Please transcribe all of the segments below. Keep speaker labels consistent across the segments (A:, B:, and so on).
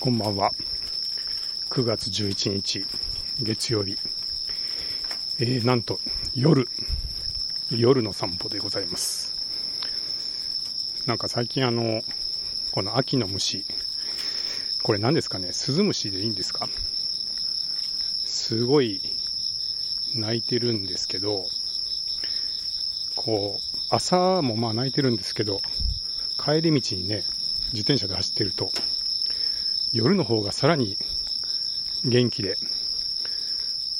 A: こんばんは。9月11日、月曜日。えー、なんと、夜、夜の散歩でございます。なんか最近あの、この秋の虫、これ何ですかね、スズムシでいいんですかすごい泣いてるんですけど、こう、朝もまあ泣いてるんですけど、帰り道にね、自転車で走ってると、夜の方がさらに元気で、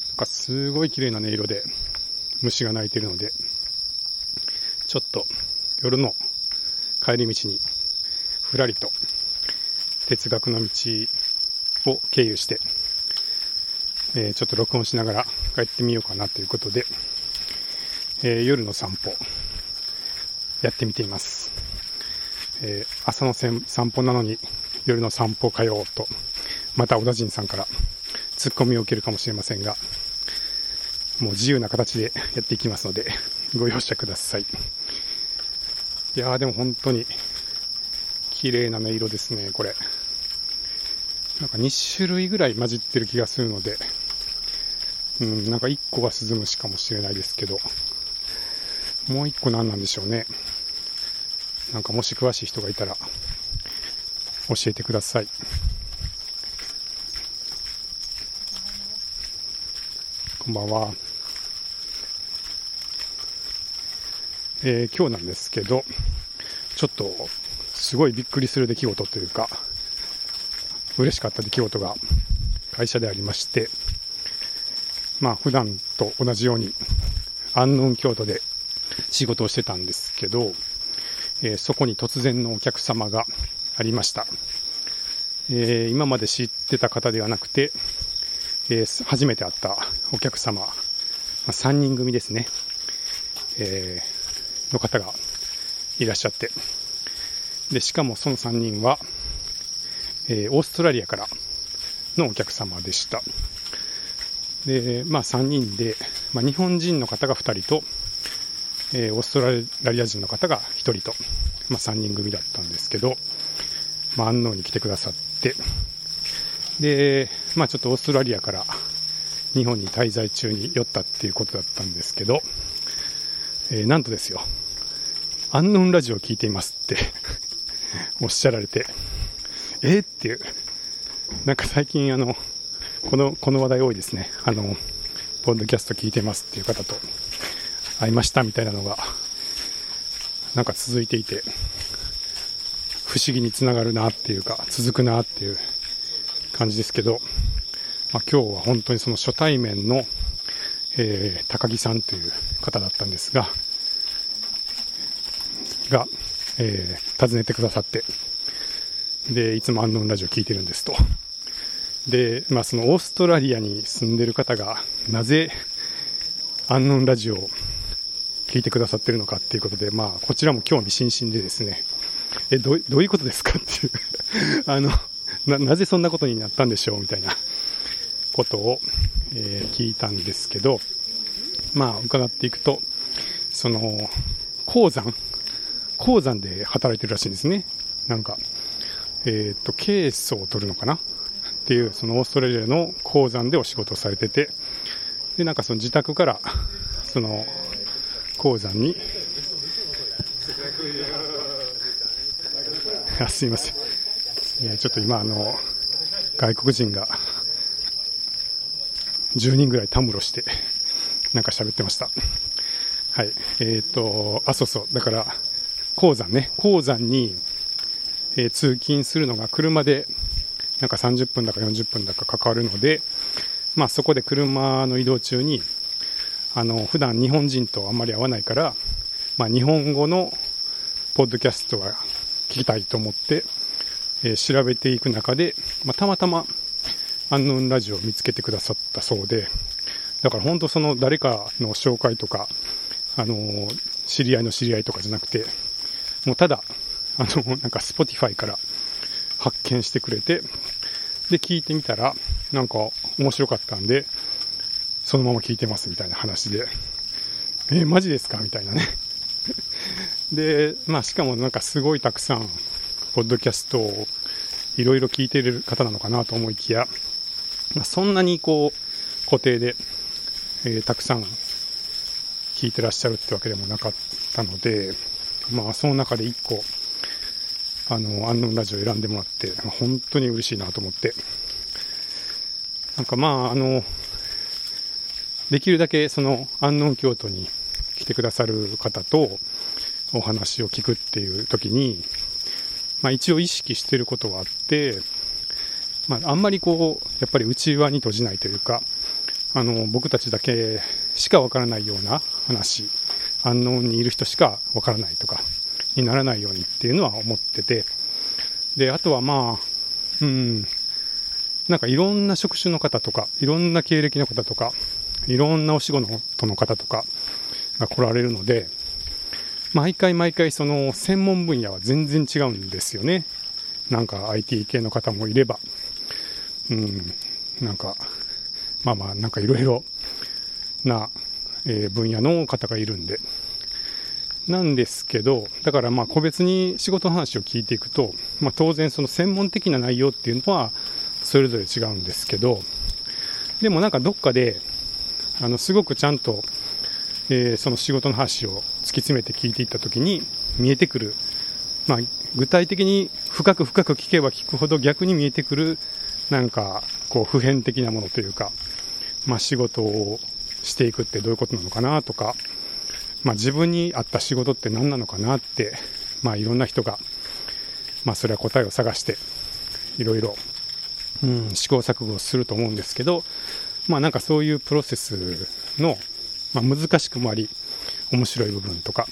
A: なんかすごい綺麗な音色で虫が鳴いてるので、ちょっと夜の帰り道にふらりと哲学の道を経由して、えーちょっと録音しながら帰ってみようかなということで、えー夜の散歩やってみています。えー朝のせん散歩なのに夜の散歩かよと、また小田陣さんからツッコミを受けるかもしれませんが、もう自由な形でやっていきますので、ご容赦ください。いやーでも本当に綺麗な音色ですね、これ。なんか2種類ぐらい混じってる気がするので、うん、なんか1個はスズムシかもしれないですけど、もう1個何なんでしょうね。なんかもし詳しい人がいたら教えてください。こんばんは。えー今日なんですけど、ちょっとすごいびっくりする出来事というか、嬉しかった出来事が会社でありまして、まあ普段と同じように安納京都で仕事をしてたんですけど、えーそこに突然のお客様がありました。えー今まで知ってた方ではなくて、えー初めて会ったお客様、まあ3人組ですね、えーの方がいらっしゃって、でしかもその3人は、えーオーストラリアからのお客様でした。で、まあ3人で、まあ、日本人の方が2人と、えーオーストラリア人の方が1人と、まあ、3人組だったんですけど、まあ、安納に来てくださって、で、まあ、ちょっとオーストラリアから日本に滞在中に寄ったっていうことだったんですけど、えーなんとですよ、安納ラジオを聞いていますって おっしゃられて、えーっていう、なんか最近あの、この、この話題多いですね。あの、ポッドキャスト聞いてますっていう方と会いましたみたいなのが、なんか続いていて、不思議につながるなっていうか、続くなっていう感じですけど、まあ、今日は本当にその初対面の、えー高木さんという方だったんですが、が、えー訪ねてくださって、で、いつもアンノンラジオ聞いてるんですと。で、まあそのオーストラリアに住んでる方が、なぜアンノンラジオを聞いてくださってるのかっていうことで、まあこちらも興味津々でですね、え、どう、どういうことですかっていう、 あの、な、なぜそんなことになったんでしょうみたいなことを、えー聞いたんですけど、まあ、伺っていくと、その、鉱山、鉱山で働いてるらしいんですね。なんか、えっ、と、ケースを取るのかなっていう、そのオーストラリアの鉱山でお仕事をされてて、で、なんかその自宅から、その、鉱山に、あすいません。えーちょっと今、あの、外国人が10人ぐらいたむろして、なんか喋ってました。はい。えっ、と、あ、そうそう。だから、鉱山ね。鉱山に、えー通勤するのが車で、なんか30分だか40分だかかかるので、まあそこで車の移動中に、あの、普段日本人とあんまり会わないから、まあ日本語のポッドキャストが聞きたいと思って、えー調べていく中で、まあ、たまたま、アンノンラジオを見つけてくださったそうで、だから本当その誰かの紹介とか、あのー知り合いの知り合いとかじゃなくて、もうただ、あのなんか Spotify から発見してくれて、で、聞いてみたら、なんか面白かったんで、そのまま聞いてますみたいな話で、えーマジですかみたいなね。 で、まあしかもなんかすごいたくさん、ポッドキャストをいろいろ聞いてる方なのかなと思いきや、まあそんなにこう、固定で、えーたくさん聞いてらっしゃるってわけでもなかったので、まあ、その中で一個、あの、アンノンラジオ選んでもらって、まあ本当に嬉しいなと思って。なんかまあ、あの、できるだけその安納京都に来てくださる方とお話を聞くっていう時に、まあ、一応意識してることはあって、まあ、あんまりこうやっぱり内輪に閉じないというかあの僕たちだけしかわからないような話安納にいる人しかわからないとかにならないようにっていうのは思っててであとはまあうんなんかいろんな職種の方とか、いろんな経歴の方とか、いろんなお仕事の方とかが来られるので、毎回毎回その専門分野は全然違うんですよね。なんか IT 系の方もいれば、うん、なんか、まあまあ、なんかいろいろな、えー分野の方がいるんで。なんですけど、だからまあ個別に仕事の話を聞いていくと、まあ当然その専門的な内容っていうのはそれぞれ違うんですけど、でもなんかどっかで、あの、すごくちゃんと、えーその仕事の話を突き詰めて聞いていった時に見えてくる、まあ具体的に深く深く聞けば聞くほど逆に見えてくる、なんかこう普遍的なものというか、まあ仕事をしていくってどういうことなのかなとか、まあ、自分に合った仕事って何なのかなって、まあ、いろんな人が、まあ、それは答えを探していろいろ、うん、試行錯誤をすると思うんですけど、まあ、なんかそういうプロセスの、まあ、難しくもあり面白い部分とか、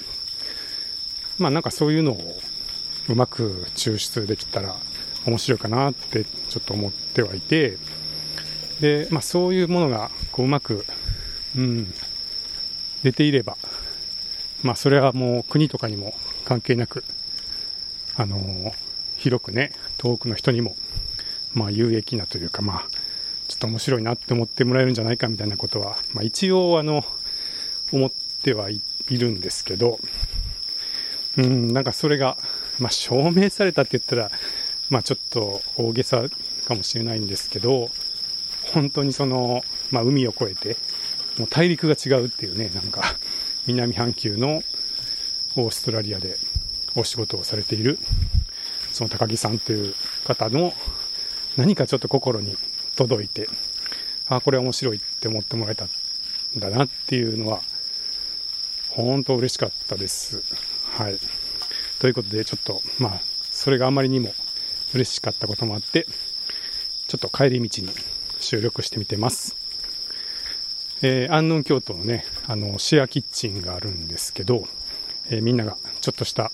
A: まあ、なんかそういうのをうまく抽出できたら面白いかなってちょっと思ってはいてで、まあ、そういうものがこううまく、うん、出ていればまあ、それはもう国とかにも関係なく、あのー広くね、遠くの人にも、まあ、有益なというか、まあ、ちょっと面白いなって思ってもらえるんじゃないかみたいなことは、まあ、一応、あの、思ってはい、いるんですけど、うん、なんかそれが、まあ、証明されたって言ったら、まあ、ちょっと大げさかもしれないんですけど、本当にその、まあ、海を越えて、もう大陸が違うっていうね、なんか、南半球のオーストラリアでお仕事をされている、その高木さんという方の何かちょっと心に届いて、あ、これ面白いって思ってもらえたんだなっていうのは、本当嬉しかったです。はい。ということで、ちょっと、まあ、それがあまりにも嬉しかったこともあって、ちょっと帰り道に収録してみてます。えー、安納京都のね、あの、シェアキッチンがあるんですけど、えーみんながちょっとした、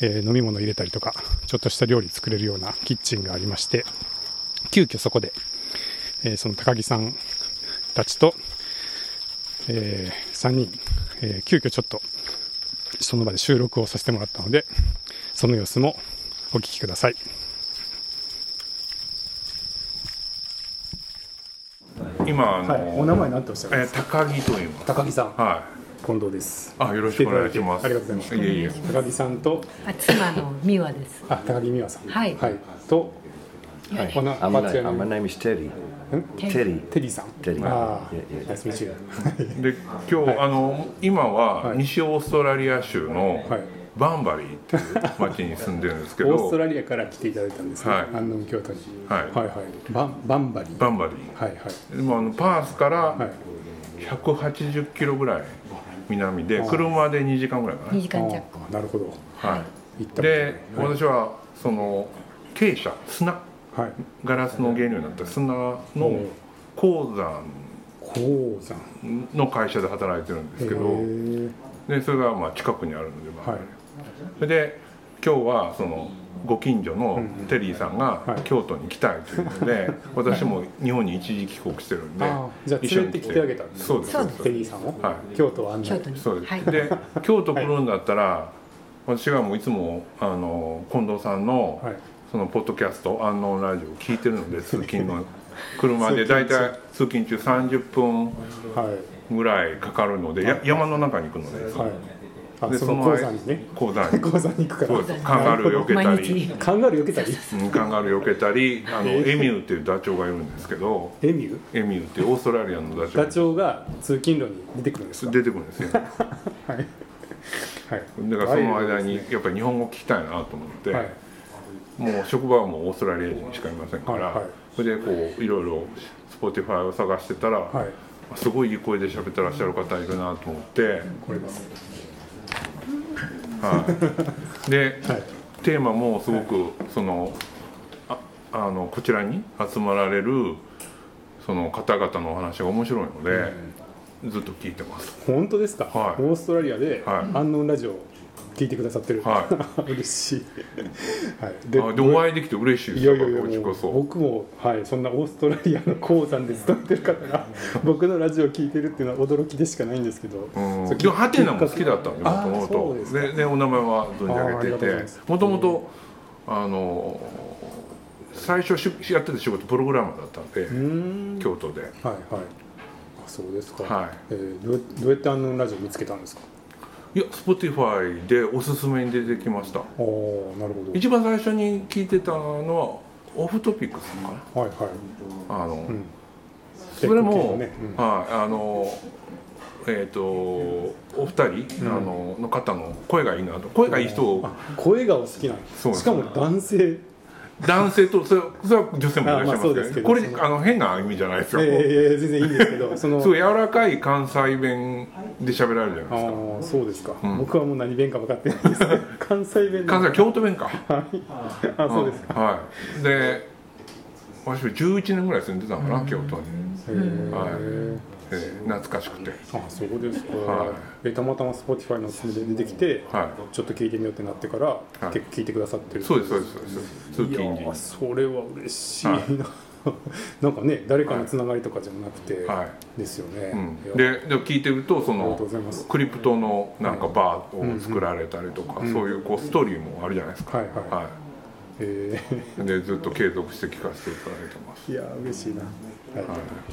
A: えー飲み物入れたりとか、ちょっとした料理作れるようなキッチンがありまして、急遽そこで、えーその高木さんたちと、え3人、えー急遽ちょっと、その場で収録をさせてもらったので、その様子もお聞きください。
B: 今あの、
A: 前なんておっしゃ
B: えー高木と言います。
A: 高木さん、
B: はい。
A: 近藤です。
B: あ、よろしくお願いしま
A: 来ていただいてあ
B: す。
A: りがとうございます
B: いえいえ。
A: 高木さんと
C: あ妻の美和です。
A: あ、高木美和さん。
C: はい
A: と、はい、この
D: Uh, my,
A: 松屋
D: name, uh,
A: の
D: my name is Teddy.
A: ん
D: Teddy.
A: テリーさん。
D: Teddy.
A: ああ
D: Yeah, yeah.、
A: ナイスミチュ
B: で、今日、あの今は
A: はい
B: 西オーストラリア州の
A: はい
B: バンバリーっていう町に住んでるんですけ
A: ー。
B: ど、
A: オーストラリアから来ていただいたんですね。
B: はい
A: 安納京都に。
B: はい
A: はいはい。バンバンバリー。
B: バンバリ
A: はいはい。
B: ー。でもあのパースから
A: はい。
B: 180キロぐらい南で車で2時間ぐらいか
C: 二時間弱。
A: ああ、なるほど。
B: な。は
A: 行っ
B: い。
A: た。
B: で、私はその傾斜砂
A: はい。
B: ガラスの原料になった砂の鉱山
A: 鉱山。
B: の会社で働いてるんですけ
A: へ
B: ど。
A: ー
B: でそれがまあ近くにあるので、まあ
A: はい
B: それで今日はそのご近所のテリーさん
A: は
B: が
A: い
B: 京都に来たいというので、 私も日本に一時帰国してるんで
A: あーじゃあ連れてきてあげたんですね
B: そうですそう
C: そう
A: テ
B: で
A: リーさんを。
B: はい
A: 京都を案内。
C: 京都に。
B: すそうです、
C: はい。
B: で京都来るんだったら、私がもういつもあの近藤さんの、
A: はい
B: そのポッドキャスト「アンノーンラジオ」を聞いて るので通勤の車で大体通勤中30分
A: はい
B: ぐらいかかるので、や山の中に行くので、
A: はい。あ
B: で
A: そ
B: そ
A: の
B: の
A: 鉱山にね
B: 鉱山に
A: 鉱山に行くか
B: そう
A: ら
B: ですカンガルー避けた
C: 毎
B: り
C: 日
A: カンガルー避けたり
B: うんカンガルー避けたりあ
A: え
B: の
A: ー
B: エミューっていうダチョウがいるんですけど
A: エミュー
B: エミューってオーストラリアのダチョウ
A: ダチョウが通勤路に出てくるんですか
B: 出てくるんですよだか
A: はい
B: らその間に
A: はい
B: やっぱり日本語聞きたいなと思って、
A: はい
B: もう職場はもうオーストラリア人しかいませんから、
A: はいはい
B: それでこういろいろ Spotify を探してたら、
A: はい
B: すごいいい声で喋ってらっしゃる方いるなと思って、
A: これです
B: はい、で、
A: はい
B: テーマもすごくそのああのこちらに集まられるその方々のお話が面白いので、ずっと聞いてます。
A: 本当ですか、
B: はい
A: オーストラリアで「
B: はい
A: アンノンラジオ」聞いてくださってる、
B: は
A: 嬉しい、はい、
B: あでお会いできて嬉しいで
A: い
B: す
A: や
B: よ
A: いやいや
B: こっち
A: も
B: こ
A: う
B: そ。
A: 僕も、はい、そんなオーストラリアの鉱山で勤めてる方が僕のラジオを聞いてるっていうのは驚きでしかないんですけど、
B: うん、
A: そ
B: でもハテナも好きだったんでも
A: あ
B: とも
A: そうです
B: と
A: か
B: ででお名前は存
A: あありが
B: じ上
A: と
B: げ
A: うござい
B: て
A: ます
B: てもともとあの最初しやってた仕事プログラマーだったんで、
A: うーん
B: 京都で
A: はいはいあそうですか、
B: はい
A: えーどうどうやってあのラジオ見つけたんですか
B: いや Spotify でおすすめに出てきました
A: ああなるほ
B: 一番最初に聞いてたのはオフトピックスかな
A: どはいはい、
B: あの、
A: うん、
B: そ
A: テッ
B: れ
A: ク系の
B: も、
A: ねうん
B: はいあのえっ、とお二人、あのの方の声がいいなと声がいい人を
A: あ声がお好きなんです
B: そうです
A: しかも男性
B: 男性とそれそれは女性もいらっしゃ
A: あま
B: い
A: あ
B: ます
A: そうで
B: けど,、
A: すけど
B: これ
A: その
B: あの変な意味じゃないです
A: え
B: よ、
A: えええ全然いいんですけどその
B: すごい柔らかい関西弁で喋られるじゃない
A: あ
B: ですか
A: あそうですか、
B: ん
A: 僕はもう何弁か分かってない です関西弁
B: 関西は京都弁か
A: 西あそうですか、
B: んはいで私は11年ぐらい住んでたのかな、京
A: へ
B: 都に、
A: え
B: はえー懐かしくて
A: あそうですか、
B: は
A: えたまたま Spotify のおすすめで出てきて、
B: はい
A: ちょっと聞いてみようってなってから、
B: い
A: 結構聞いてくださってる
B: そうですそうですそうです通
A: いや
B: 勤時に
A: ーそれは嬉しいな、
B: はい
A: なんかね誰かのつながりとかじゃなくて、
B: は
A: ですよね、いや
B: うん、でで聞いてるとそ
A: ありが
B: の
A: とうございます
B: クリプトのなんかバーを作られたりとか、そういうこうストーリーもあるじゃないですか、
A: はいはい
B: は
A: え
B: いでずっと継続して聞かせていただいてます
A: ー いやー嬉しいな、はい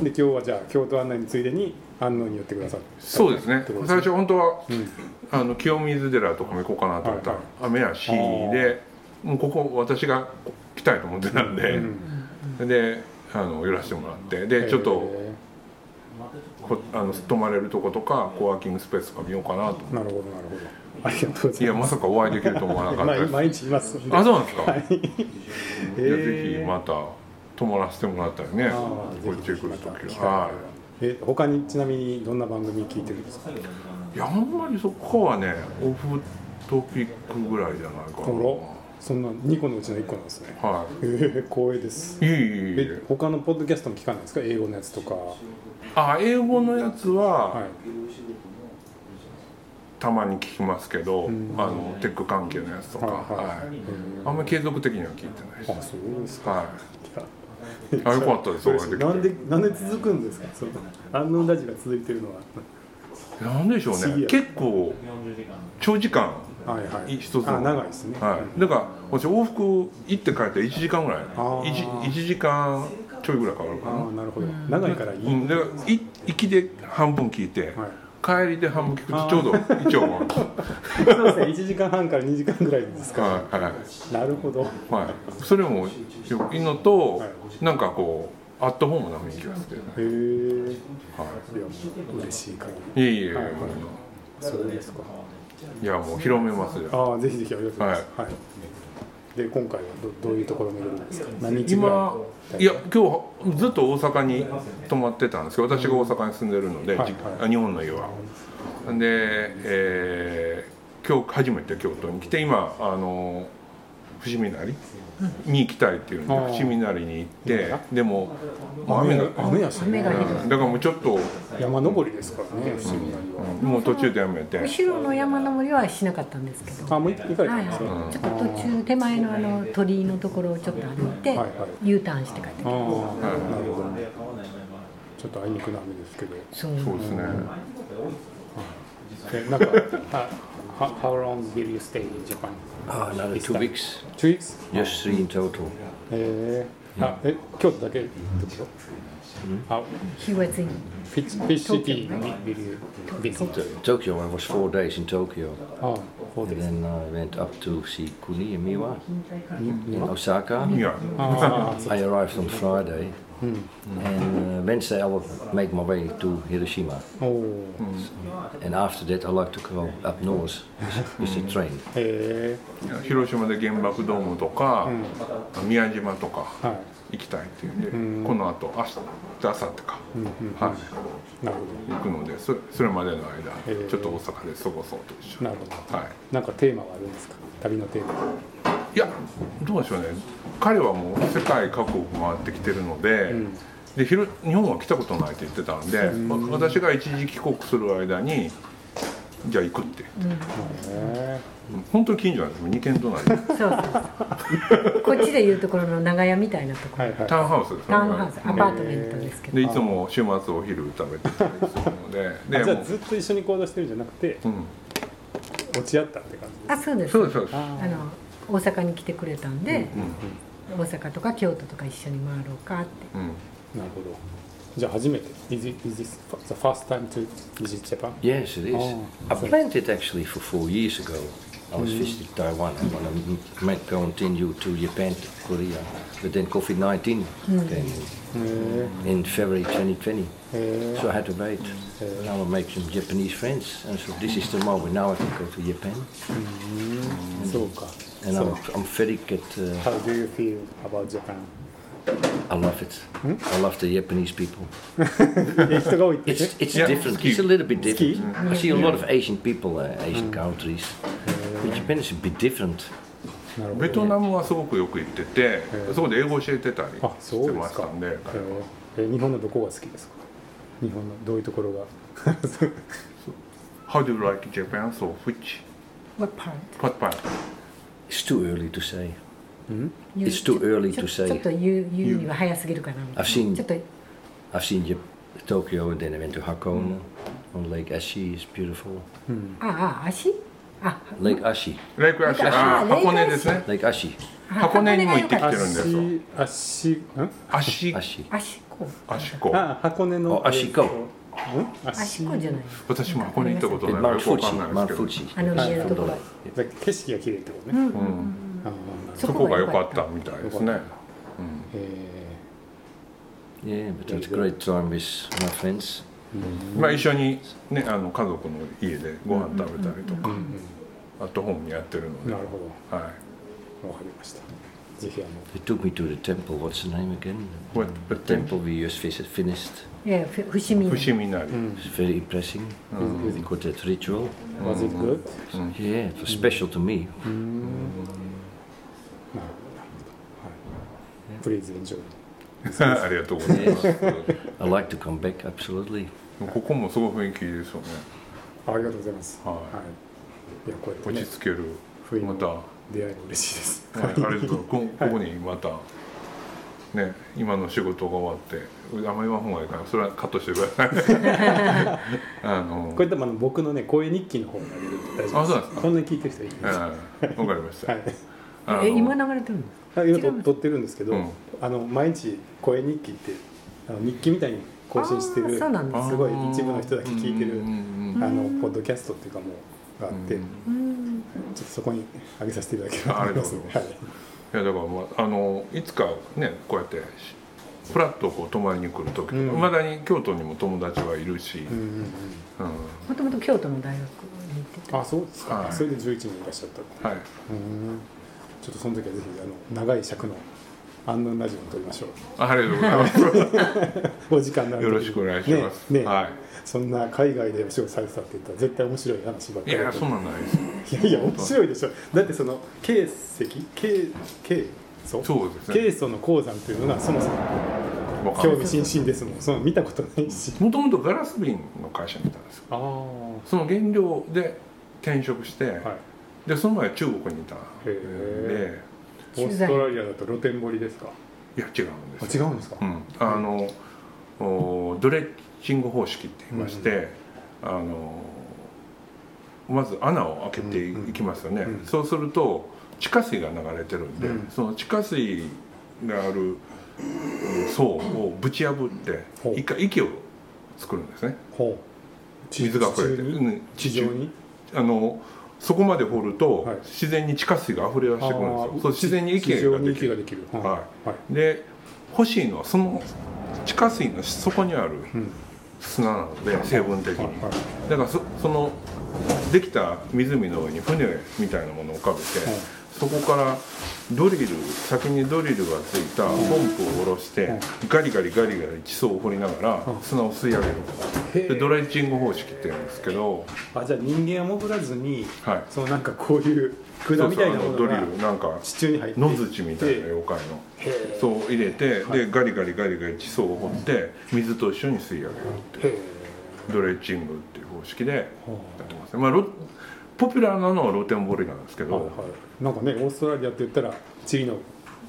A: で今日はじゃあ京都案内についでに安納に寄ってくださる
B: そうですね
A: ってこと
B: 最初本当は、あの清水寺とかも行こうかなと思ったら、
A: はい
B: 雨やしでもうここ私が来たいと思ってたんで、であの寄らせてもらってでちょっと
A: え
B: こあの泊まれるとことかコワーキングスペースとか見ようかなと
A: ーなるほどなるほどありがとうご
B: い
A: ざい
B: や
A: ま
B: まさかお会いできると思わな
A: す
B: かった
A: 毎
B: です
A: 毎日いますんで
B: あそうなんですか、
A: え
B: じゃあ
A: ー
B: ぜひまた泊まらせてもらったりね
A: あ
B: こ
A: ー
B: っちへ来る
A: ぜひ
B: と
A: また機
B: き
A: 会が
B: は
A: あればえ他にちなみにどんな番組聞いてるんですか
B: いいやあんまりそこはねオフトピックぐらいじゃないかな
A: こらそんな2個のうちの1個なんですね
B: は
A: えー、光栄です
B: いいいいいい
A: え他のポッドキャストも聞かないですか英語のやつとか
B: あ英語のやつは、
A: はい
B: たまに聞きますけど、あのテック関係のやつとか、
A: はいは
B: はいあんまり継続的には聞いてない
A: あ
B: し
A: そうですか
B: はいあよかったですお会いできて
A: なんでなんで続くんですかその安納ラジが続いてるのは
B: なんでしょう
A: 不思議
B: ね
A: や
B: 結構長時間
A: はいはい
B: 一つの
A: あ長いですね
B: はい、だから私往復行って帰って1時間ぐらい
A: ー
B: 1, 時間ちょいぐらいかかるか
A: あ
B: な
A: あなるほど長いからいい、
B: うん、だからい行きで半分聞いて、
A: はい
B: 帰りで半分聞くとちょうど一応 は
A: そうですね1時間半から2時間ぐらいです
B: い
A: か、
B: はい、
A: なるほど
B: はい、それもいいのと、
A: は
B: なんかこうアットホームな雰囲気がして、ね
A: へえい
B: は
A: や嬉しいから
B: い、いえいえいえ、
A: はい
B: もう
A: そうですか
B: いやもう広めますよ
A: ああぜひぜひありがとうございます、はいで今回はどどういうところを巡るんですか何日ぐら
B: 今いや今日ずっと大阪に泊まってたんですけど私が大阪に住んでるので、
A: はい
B: じあ日本の家は。で、えー今日初めて京都に来て今あの伏見なりに行きたいっていうんで
A: あー
B: 伏見なりに行ってでももう
A: 雨
B: 雨が
A: が雨やしね
C: 雨がひどい
B: うんだからもうちょっと、
A: 山登りですからね伏見なりは、
B: うんもう途中でやめて
C: 後ろの山登りはしなかったんですけど
A: あもう一回行かれた
C: は
A: ん
C: い
A: ですか、
C: はい、ちょっと途中手前のあの鳥居のところをちょっと歩いて、
A: はいはい
C: U ターンして帰ってき
A: ああ
C: た
A: なるほどちょっとあいにくな雨ですけど
C: そう
B: そうですね
A: えなんかあ how, how long will you stay in Japan?
D: Ah, another
A: It's
D: two
A: done.
D: weeks.
A: Two weeks?
D: Yes, three in total.
A: えあえ京都だけってことあフ
C: He was in
A: ィッツフィッシュティーにビルビル
D: To- Tokyo. I was four days in Tokyo,
A: あそうで
D: and
A: す
D: then I went up to see Kuni and Miwa in Osaka.
B: いや
A: あ
D: I arrived on Friday, and uh, Wednesday I will make my way to Hiroshima.
A: あおお
D: And after that, I like to go up north with the train.
A: へ
B: 広島で原爆ドームとか、宮島とか
A: えは
B: 行きたいっていうんで、このあと明日明後日か、はい
A: なるほ
B: い、行くのでそれそれまでの間、
A: ー
B: ちょっと大阪で過ごそうと一緒
A: どな
B: に
A: るほど
B: は
A: なんかテーマはあるんですか旅のテーマ
B: い、いやどうでしょうね彼はもう世界各国回ってきてるので,、でひろ日本は来たことないって言ってたんで、わ私が一時帰国する間にじゃあ行くって言って、
A: へ
B: 本当に近所なんですよ2軒隣タ
C: そうそうそうこっちでいうところの長屋みたいなとこ
A: えはいはい
B: ウンハウスです
C: タウンハウス
B: う
C: ア
B: ん
C: パートメントですけど
B: でいつも週末お昼食べてたりするのでで
A: あじゃ
B: も
A: あずっと一緒に行動してるんじゃなくて
B: う、うん、
A: 落ち合ったって感じ
C: あそうです
B: そうですそうです
A: あ
C: あの大阪に来てくれたんで、大阪とか京都とか一緒に回ろうかって
B: うん
A: ーなるほどじゃあ初めて Is it, is this the first time to visit Japan?
D: Yes, it is.
A: Oh.
D: I planned it actually for four years ago. I
B: Mm.
D: was visiting Taiwan. I want to make continue to Japan, to Korea, but then COVID 19 came
B: Hmm.
D: in,
A: へ
D: in February 2020.
A: えへ
D: So I had to wait. Now I make some Japanese friends, and so this is the moment. Now I can go to Japan,
A: えそうか
D: and I'm, I'm very good. Uh,
A: How do you feel about Japan?
D: I love it.
B: Hmm?
D: I love the Japanese people.
A: え人が多いってね
D: It's it's
B: Yeah,
D: different.
B: ski. Hmm.
D: It's a little bit different. I see a lot of Asian people, uh, Asian countries, but Japan is a bit different.
A: なるほど
B: ベトナムはすごくよく行ってて、そこで英語教えてたり
A: あ
B: し
A: そ
B: て
A: うで
B: ますした
A: か
B: んで彼は
A: えーえー日本のどこが好きですか日本のどういうところが
B: How do you like Japan? So which
C: What part?
B: what part?
D: It's too early to say.
C: You-
D: It's too early
C: ちょ
D: to
C: ちょっ
D: say.
C: と言う言うには早すぎるかな
D: I've seen
C: ちょっと
D: I've seen Jap- Tokyo, and then I went to Hakone on Lake Ashi. It's beautiful.
C: ああ足あ
D: Lake Ashi.
B: レイクアシ
C: あ
B: ああ
C: レイクアシ
B: 箱根ですね
D: Lake Ashi.
B: 箱根にも行ってきてるんですよ
A: 足足ん
B: 足
D: Ashi.
C: 足こう
B: 足湖
A: あ箱根の
D: あ足か
A: えーとん
C: 足
A: 足
C: こうじゃない
B: 私も箱根行ったことない
D: And
B: からよ
D: Mount
B: くわか
D: Fuji.
B: んないですけど
C: あの
D: Mount Fuji.
C: 見えるところ
A: だから景色が綺麗ってことね、あー
B: そこが良かったみたいですね
A: え
D: Yeah, but it's great time with my friends.
B: まあ一緒にねあの家族の家でご飯食べたりとかアットホームにやってるの
A: ー
B: で
A: なるほど
B: は
A: わかりましたぜひあの
D: They took me to the temple. What's the name again?
B: い What
D: The temple we just visit, finished.
C: いやふ伏見の
B: 伏見なり
D: It's very impressive. They got that ritual.
A: Was it good?
D: Yeah, it was special to
A: な
D: me.
A: るほど。はい。Please enjoy.
B: ありがとうございます
D: I like to come back, absolutely.
B: ここもすごい雰囲気いいですよね
A: ありがとうございます。
B: はい
A: い。いや、こうやって
B: 落
A: ね
B: ち着ける
A: 不意に
B: また
A: 出会いも嬉しいです。
B: はい、あれとこここにまた、ね、今の仕事が終わってあんまり言わん方がいいからそれはカットしてください あの
A: これでもあの僕のね、声日記の方が出るんで大丈
B: あそうなん
A: 夫で
B: で
A: すす。
B: か
A: こんなに聞いてる人いるんです。は
B: はいわかり ました、
A: い。
B: あの
C: え今流れてるの
A: あ今と撮ってるんですけど、
B: うん
A: あの毎日声日記ってあの日記みたいに更新して
C: あー
A: る
C: そうなんだ
A: すごい一部の人だけ聞いてる
B: うんうんうん
A: あのポッドキャストっていうかもうがあって、
B: うん
A: ちょっとそこに上げさせていただければと思います。
B: あありが
A: は
B: とうございますいやだから、まあ、あのいつかねこうやってフラッとこう泊まりに来る時いまだに京都にも友達はいるし、
A: い。うんうんうん。
B: うん
C: もともと京都の大学に行ってた
A: あ、そうですか。
B: はい
A: それで11人いらっしゃったって。
B: はい、
A: うんちょっとその時はぜひあの長い尺の安納ラジオを撮りましょ
B: あありがとうございます
A: う。お時間のある時に
B: よろしくお願いします
A: ねね
B: はい
A: そんな海外でお仕事されてたって言ったら絶対面白い話ばっか
B: い
A: り。
B: やそんなんないです
A: いやいや面白いでしょ。だってその経石経経素
B: そうですね
A: 経素の鉱山というのがそもそも
B: わかんな
A: 興
B: い
A: 味津々ですもん。その見たことないし。
B: もともとガラス瓶の会社にいたんですよ
A: ああ。
B: その原料で転職して、
A: はい。
B: でその前中国にいたんで
A: へオ
C: 取
A: ー
C: 材
A: ストラリアだと露天掘りですか。
B: いや違うんで
A: あ
B: す
A: 違
B: よ、
A: うんですか
B: う。ん、あの、おドレッシング方式って言いまして、あのまず穴を開けていきますよね、
A: うんうん
B: そうすると地下水が流れてるんで、
A: うん
B: その地下水がある層をぶち破って
A: ほう
B: 一回池を作るんですね
A: ほう
B: 水が溢れ
A: 地
B: て
A: 中に
B: うん
A: 地上に
B: あのそこまで掘ると、
A: はい
B: 自然に地下水が溢れ出してくるんです
A: あ
B: よ
A: ー
B: そう自然に
A: 地
B: 池
A: 上
B: が
A: に
B: でき
A: 池が
B: る
A: できる
B: は
A: はい
B: で欲しいのはその地下水の底にある
A: うん
B: 砂なので成分的
A: はい
B: にだからそそのできた湖の上に船みたいなものを浮かべて、
A: はい
B: そこからドリル先にドリルがついたポンプを下ろして、
A: はい
B: ガリガリガリガリ地層を掘りながら砂を吸い上げる、
A: へ
B: で
A: ー
B: ドレッジング方式って言うんですけど、
A: あじゃあ人間は潜らずに
B: はい、
A: そのなんかこういう
B: そ
A: 管
B: う
A: み
B: そ
A: た
B: うあ
A: いなも
B: の
A: の
B: ドリ
A: が
B: ルなんか
A: 地中に入って
B: 野槌みたいな
A: で
B: 妖怪の
A: へ
B: そう入れてでガリガリガリガリ地層を掘って水と一緒に吸い上げるっていうドレッジングっていう方式でやってますね、まあ、ロポピュラーなのは露天掘りなんですけ
A: は
B: ど、
A: いはいなんかねオーストラリアって言ったら地理の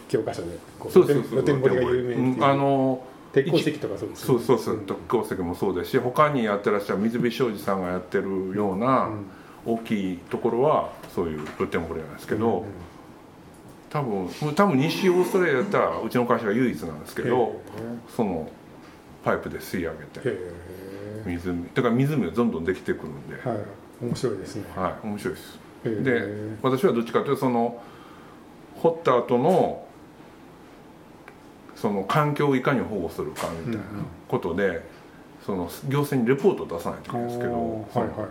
A: 教科書でこ
B: そうそうそう
A: 露天掘りが有名っていう
B: うんあの
A: 鉄鉱石とかそうです
B: そうそうそう
A: うん
B: 特鉱石もそうですし他にやってらっしゃる水火商事さんがやってるような
A: うん
B: 大きいところはそういう露天掘りなんですけど、
A: うん
B: 多分もう多分西オーストラリアだったらうちの会社が唯一なんですけどそのパイプで吸い上げ
A: へ
B: て
A: え
B: 湖だから湖がどんどんできてくるんで、
A: はい面白いですね
B: はい、面白いです
A: へえ
B: で私はどっちかというとその掘った後のその環境をいかに保護するかみたいなことで、その行政にレポートを出さないといけないんですけど、
A: あーはいはい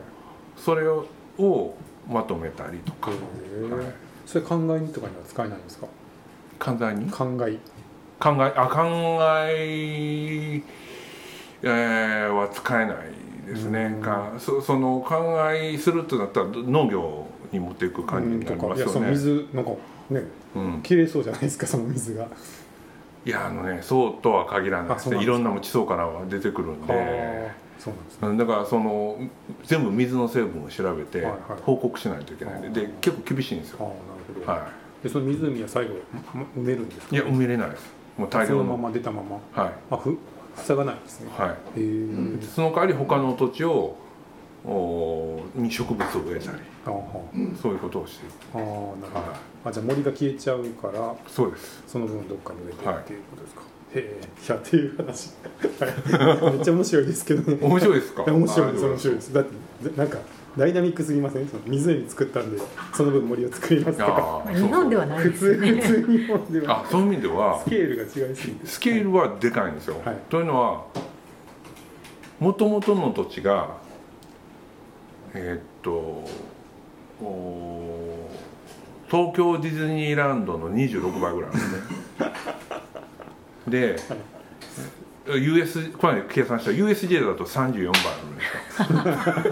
B: それをまとめたりとか
A: へえ
B: はい
A: それ灌漑とかには使えないんですか
B: 簡単に
A: 灌漑
B: 考えあ考ええーは使えないですね、かそその考えするとなったら農業に持っていく感じになり
A: うんと
B: ま
A: かい
B: す
A: や
B: よ
A: その
B: ね
A: 水なんかね
B: うん
A: 綺麗そうじゃないですかその水が
B: いやあのねそうとは限らないで
A: あそ
B: す
A: うなん
B: ね
A: です
B: い
A: か
B: ろんなも地層からは出てくるんで
A: あーそうなんですね
B: うんだからその全部水の成分を調べて
A: はいはい
B: 報告しないといけないんで,、で結構厳しいんです
A: ああ
B: よ、
A: なるほど、
B: は
A: でその湖は最後ま埋めるんです
B: い、
A: か
B: いや埋めれないですもう大
A: そ
B: 量
A: の
B: の
A: まま出たまま
B: はい
A: あふ塞がないんですね
B: はい
A: へえ、
B: その代わり他の土地をおーに植物を植えたり
A: ああ
B: そういうことをしている
A: ああなるほど、
B: は
A: あじゃあ森が消えちゃうから
B: そうです
A: その分どっかに植えて
B: はい
A: っていうことですか、へえいやっていう話めっちゃ面白いですけどね
B: 面白いですか
A: 面白いです
B: あ
A: 面白いですだってなんかダイナミックすぎませんその湖作ったんでその分森を作りますとか
B: あーそうそう
C: 日本ではない
A: 普
C: ですよ
A: 通
C: ね
A: 普通日本では
B: あそういう意味では
A: スケールが違いすぎて
B: スケールはでかいんですよ、
A: はい
B: というのはもともとの土地がえーっとおー東京ディズニーランドの26倍ぐらいあるんです ねで US これ計算したら USJ だと34倍あるん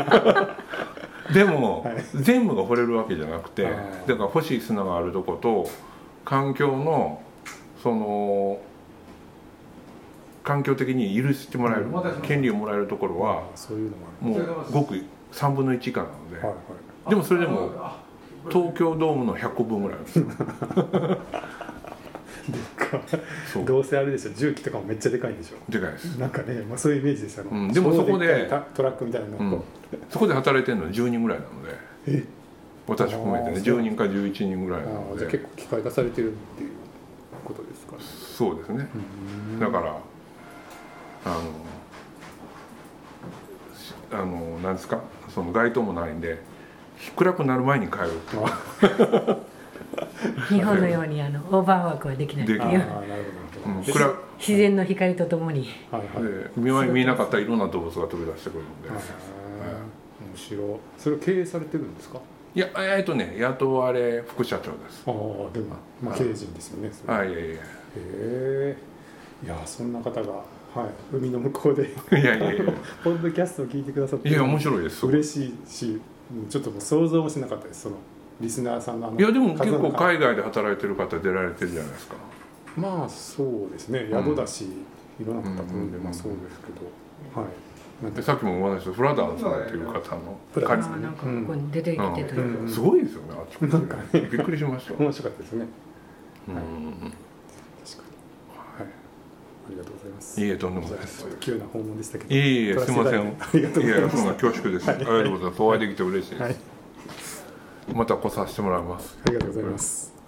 B: ですよでも、
A: はい
B: 全部が掘れるわけじゃなくて
A: あ
B: だ
A: ー
B: から欲しい砂があるとこと環境のその環境的に許してもらえる権利をもらえるところ
A: あ
B: は
A: そういうのもあ
B: もうごく3分の1以下なので、
A: るはいはい
B: でもそれでも東京ドームの100個分ぐらいあるんですよそう
A: どうせあれでしょ重機とかもめっちゃでかいんでしょ
B: でかいです、
A: なんかね、まあ、そういうイメージでしたの、
B: うんでもそこで
A: 超っかいタトラックみたいなの
B: う
A: が
B: ん
A: こ、
B: そこで働いてるのは10人ぐらいなので
A: え
B: 私含めてね
A: あーそう
B: 10人か11人ぐらいうなの
A: ああじゃあ
B: で
A: 結構機械化されてるっていうことですかね
B: そうですねだからあのしあのなんですかその街灯もないんで暗くなる前に帰る
C: 日本のようにあのオーバーワークはできないってい
B: でき
A: ああ
B: な
A: なる
C: う
A: ほどなる
B: う
A: ほど、
B: ん
A: で
B: 暗く
C: 自然の光とともに
A: はいはい、
B: で見前に見えなかったいろんな動物が飛び出してくるので
A: ああ面白いそれを経営されてるんですか
B: いやえっとね雇われ副社長です
A: ああでも、まあ、経営陣ですよねそれ
B: あいやいやい
A: へえいやそんな方が、はい、海の向こうで
B: やいやいやいや
A: ポッドキャストを聞いてくださって
B: いや面白いですい
A: 嬉しいしうんちょっともう想像もしなかったですそのリスナーさんのあの
B: やでも結
A: 数
B: 構
A: の
B: 海外で働いてる方出られてるじゃないですか
A: まあそうですね宿だし、いろんな方と飲んで、
B: うん
A: まあ、そうですけど、はいなん
B: で
A: て
B: さっきもお話ししたフラダンさんっていう方の
A: フラダ
C: ああ
A: ン
B: 彼
A: さ
C: なんかここに出てきてという
B: うんすごいですよねあっちこ
A: なんか
B: ちでびっくりし ました
A: 面白かったですね
B: うん
A: 確かにはいありがとうございます
B: いいえとんでもないです
A: ちょっと急な訪問でしたけど
B: いえいえ
A: 撮ら
B: す
A: せて
B: い
A: い
B: ま
A: た
B: せ
A: だい
B: ん
A: てありがとうござい
B: や
A: ます
B: そんな恐縮ですありがとうございますお会いできて嬉しい
A: は
B: で
A: い
B: すまた来させてもらいます
A: ありがとうございます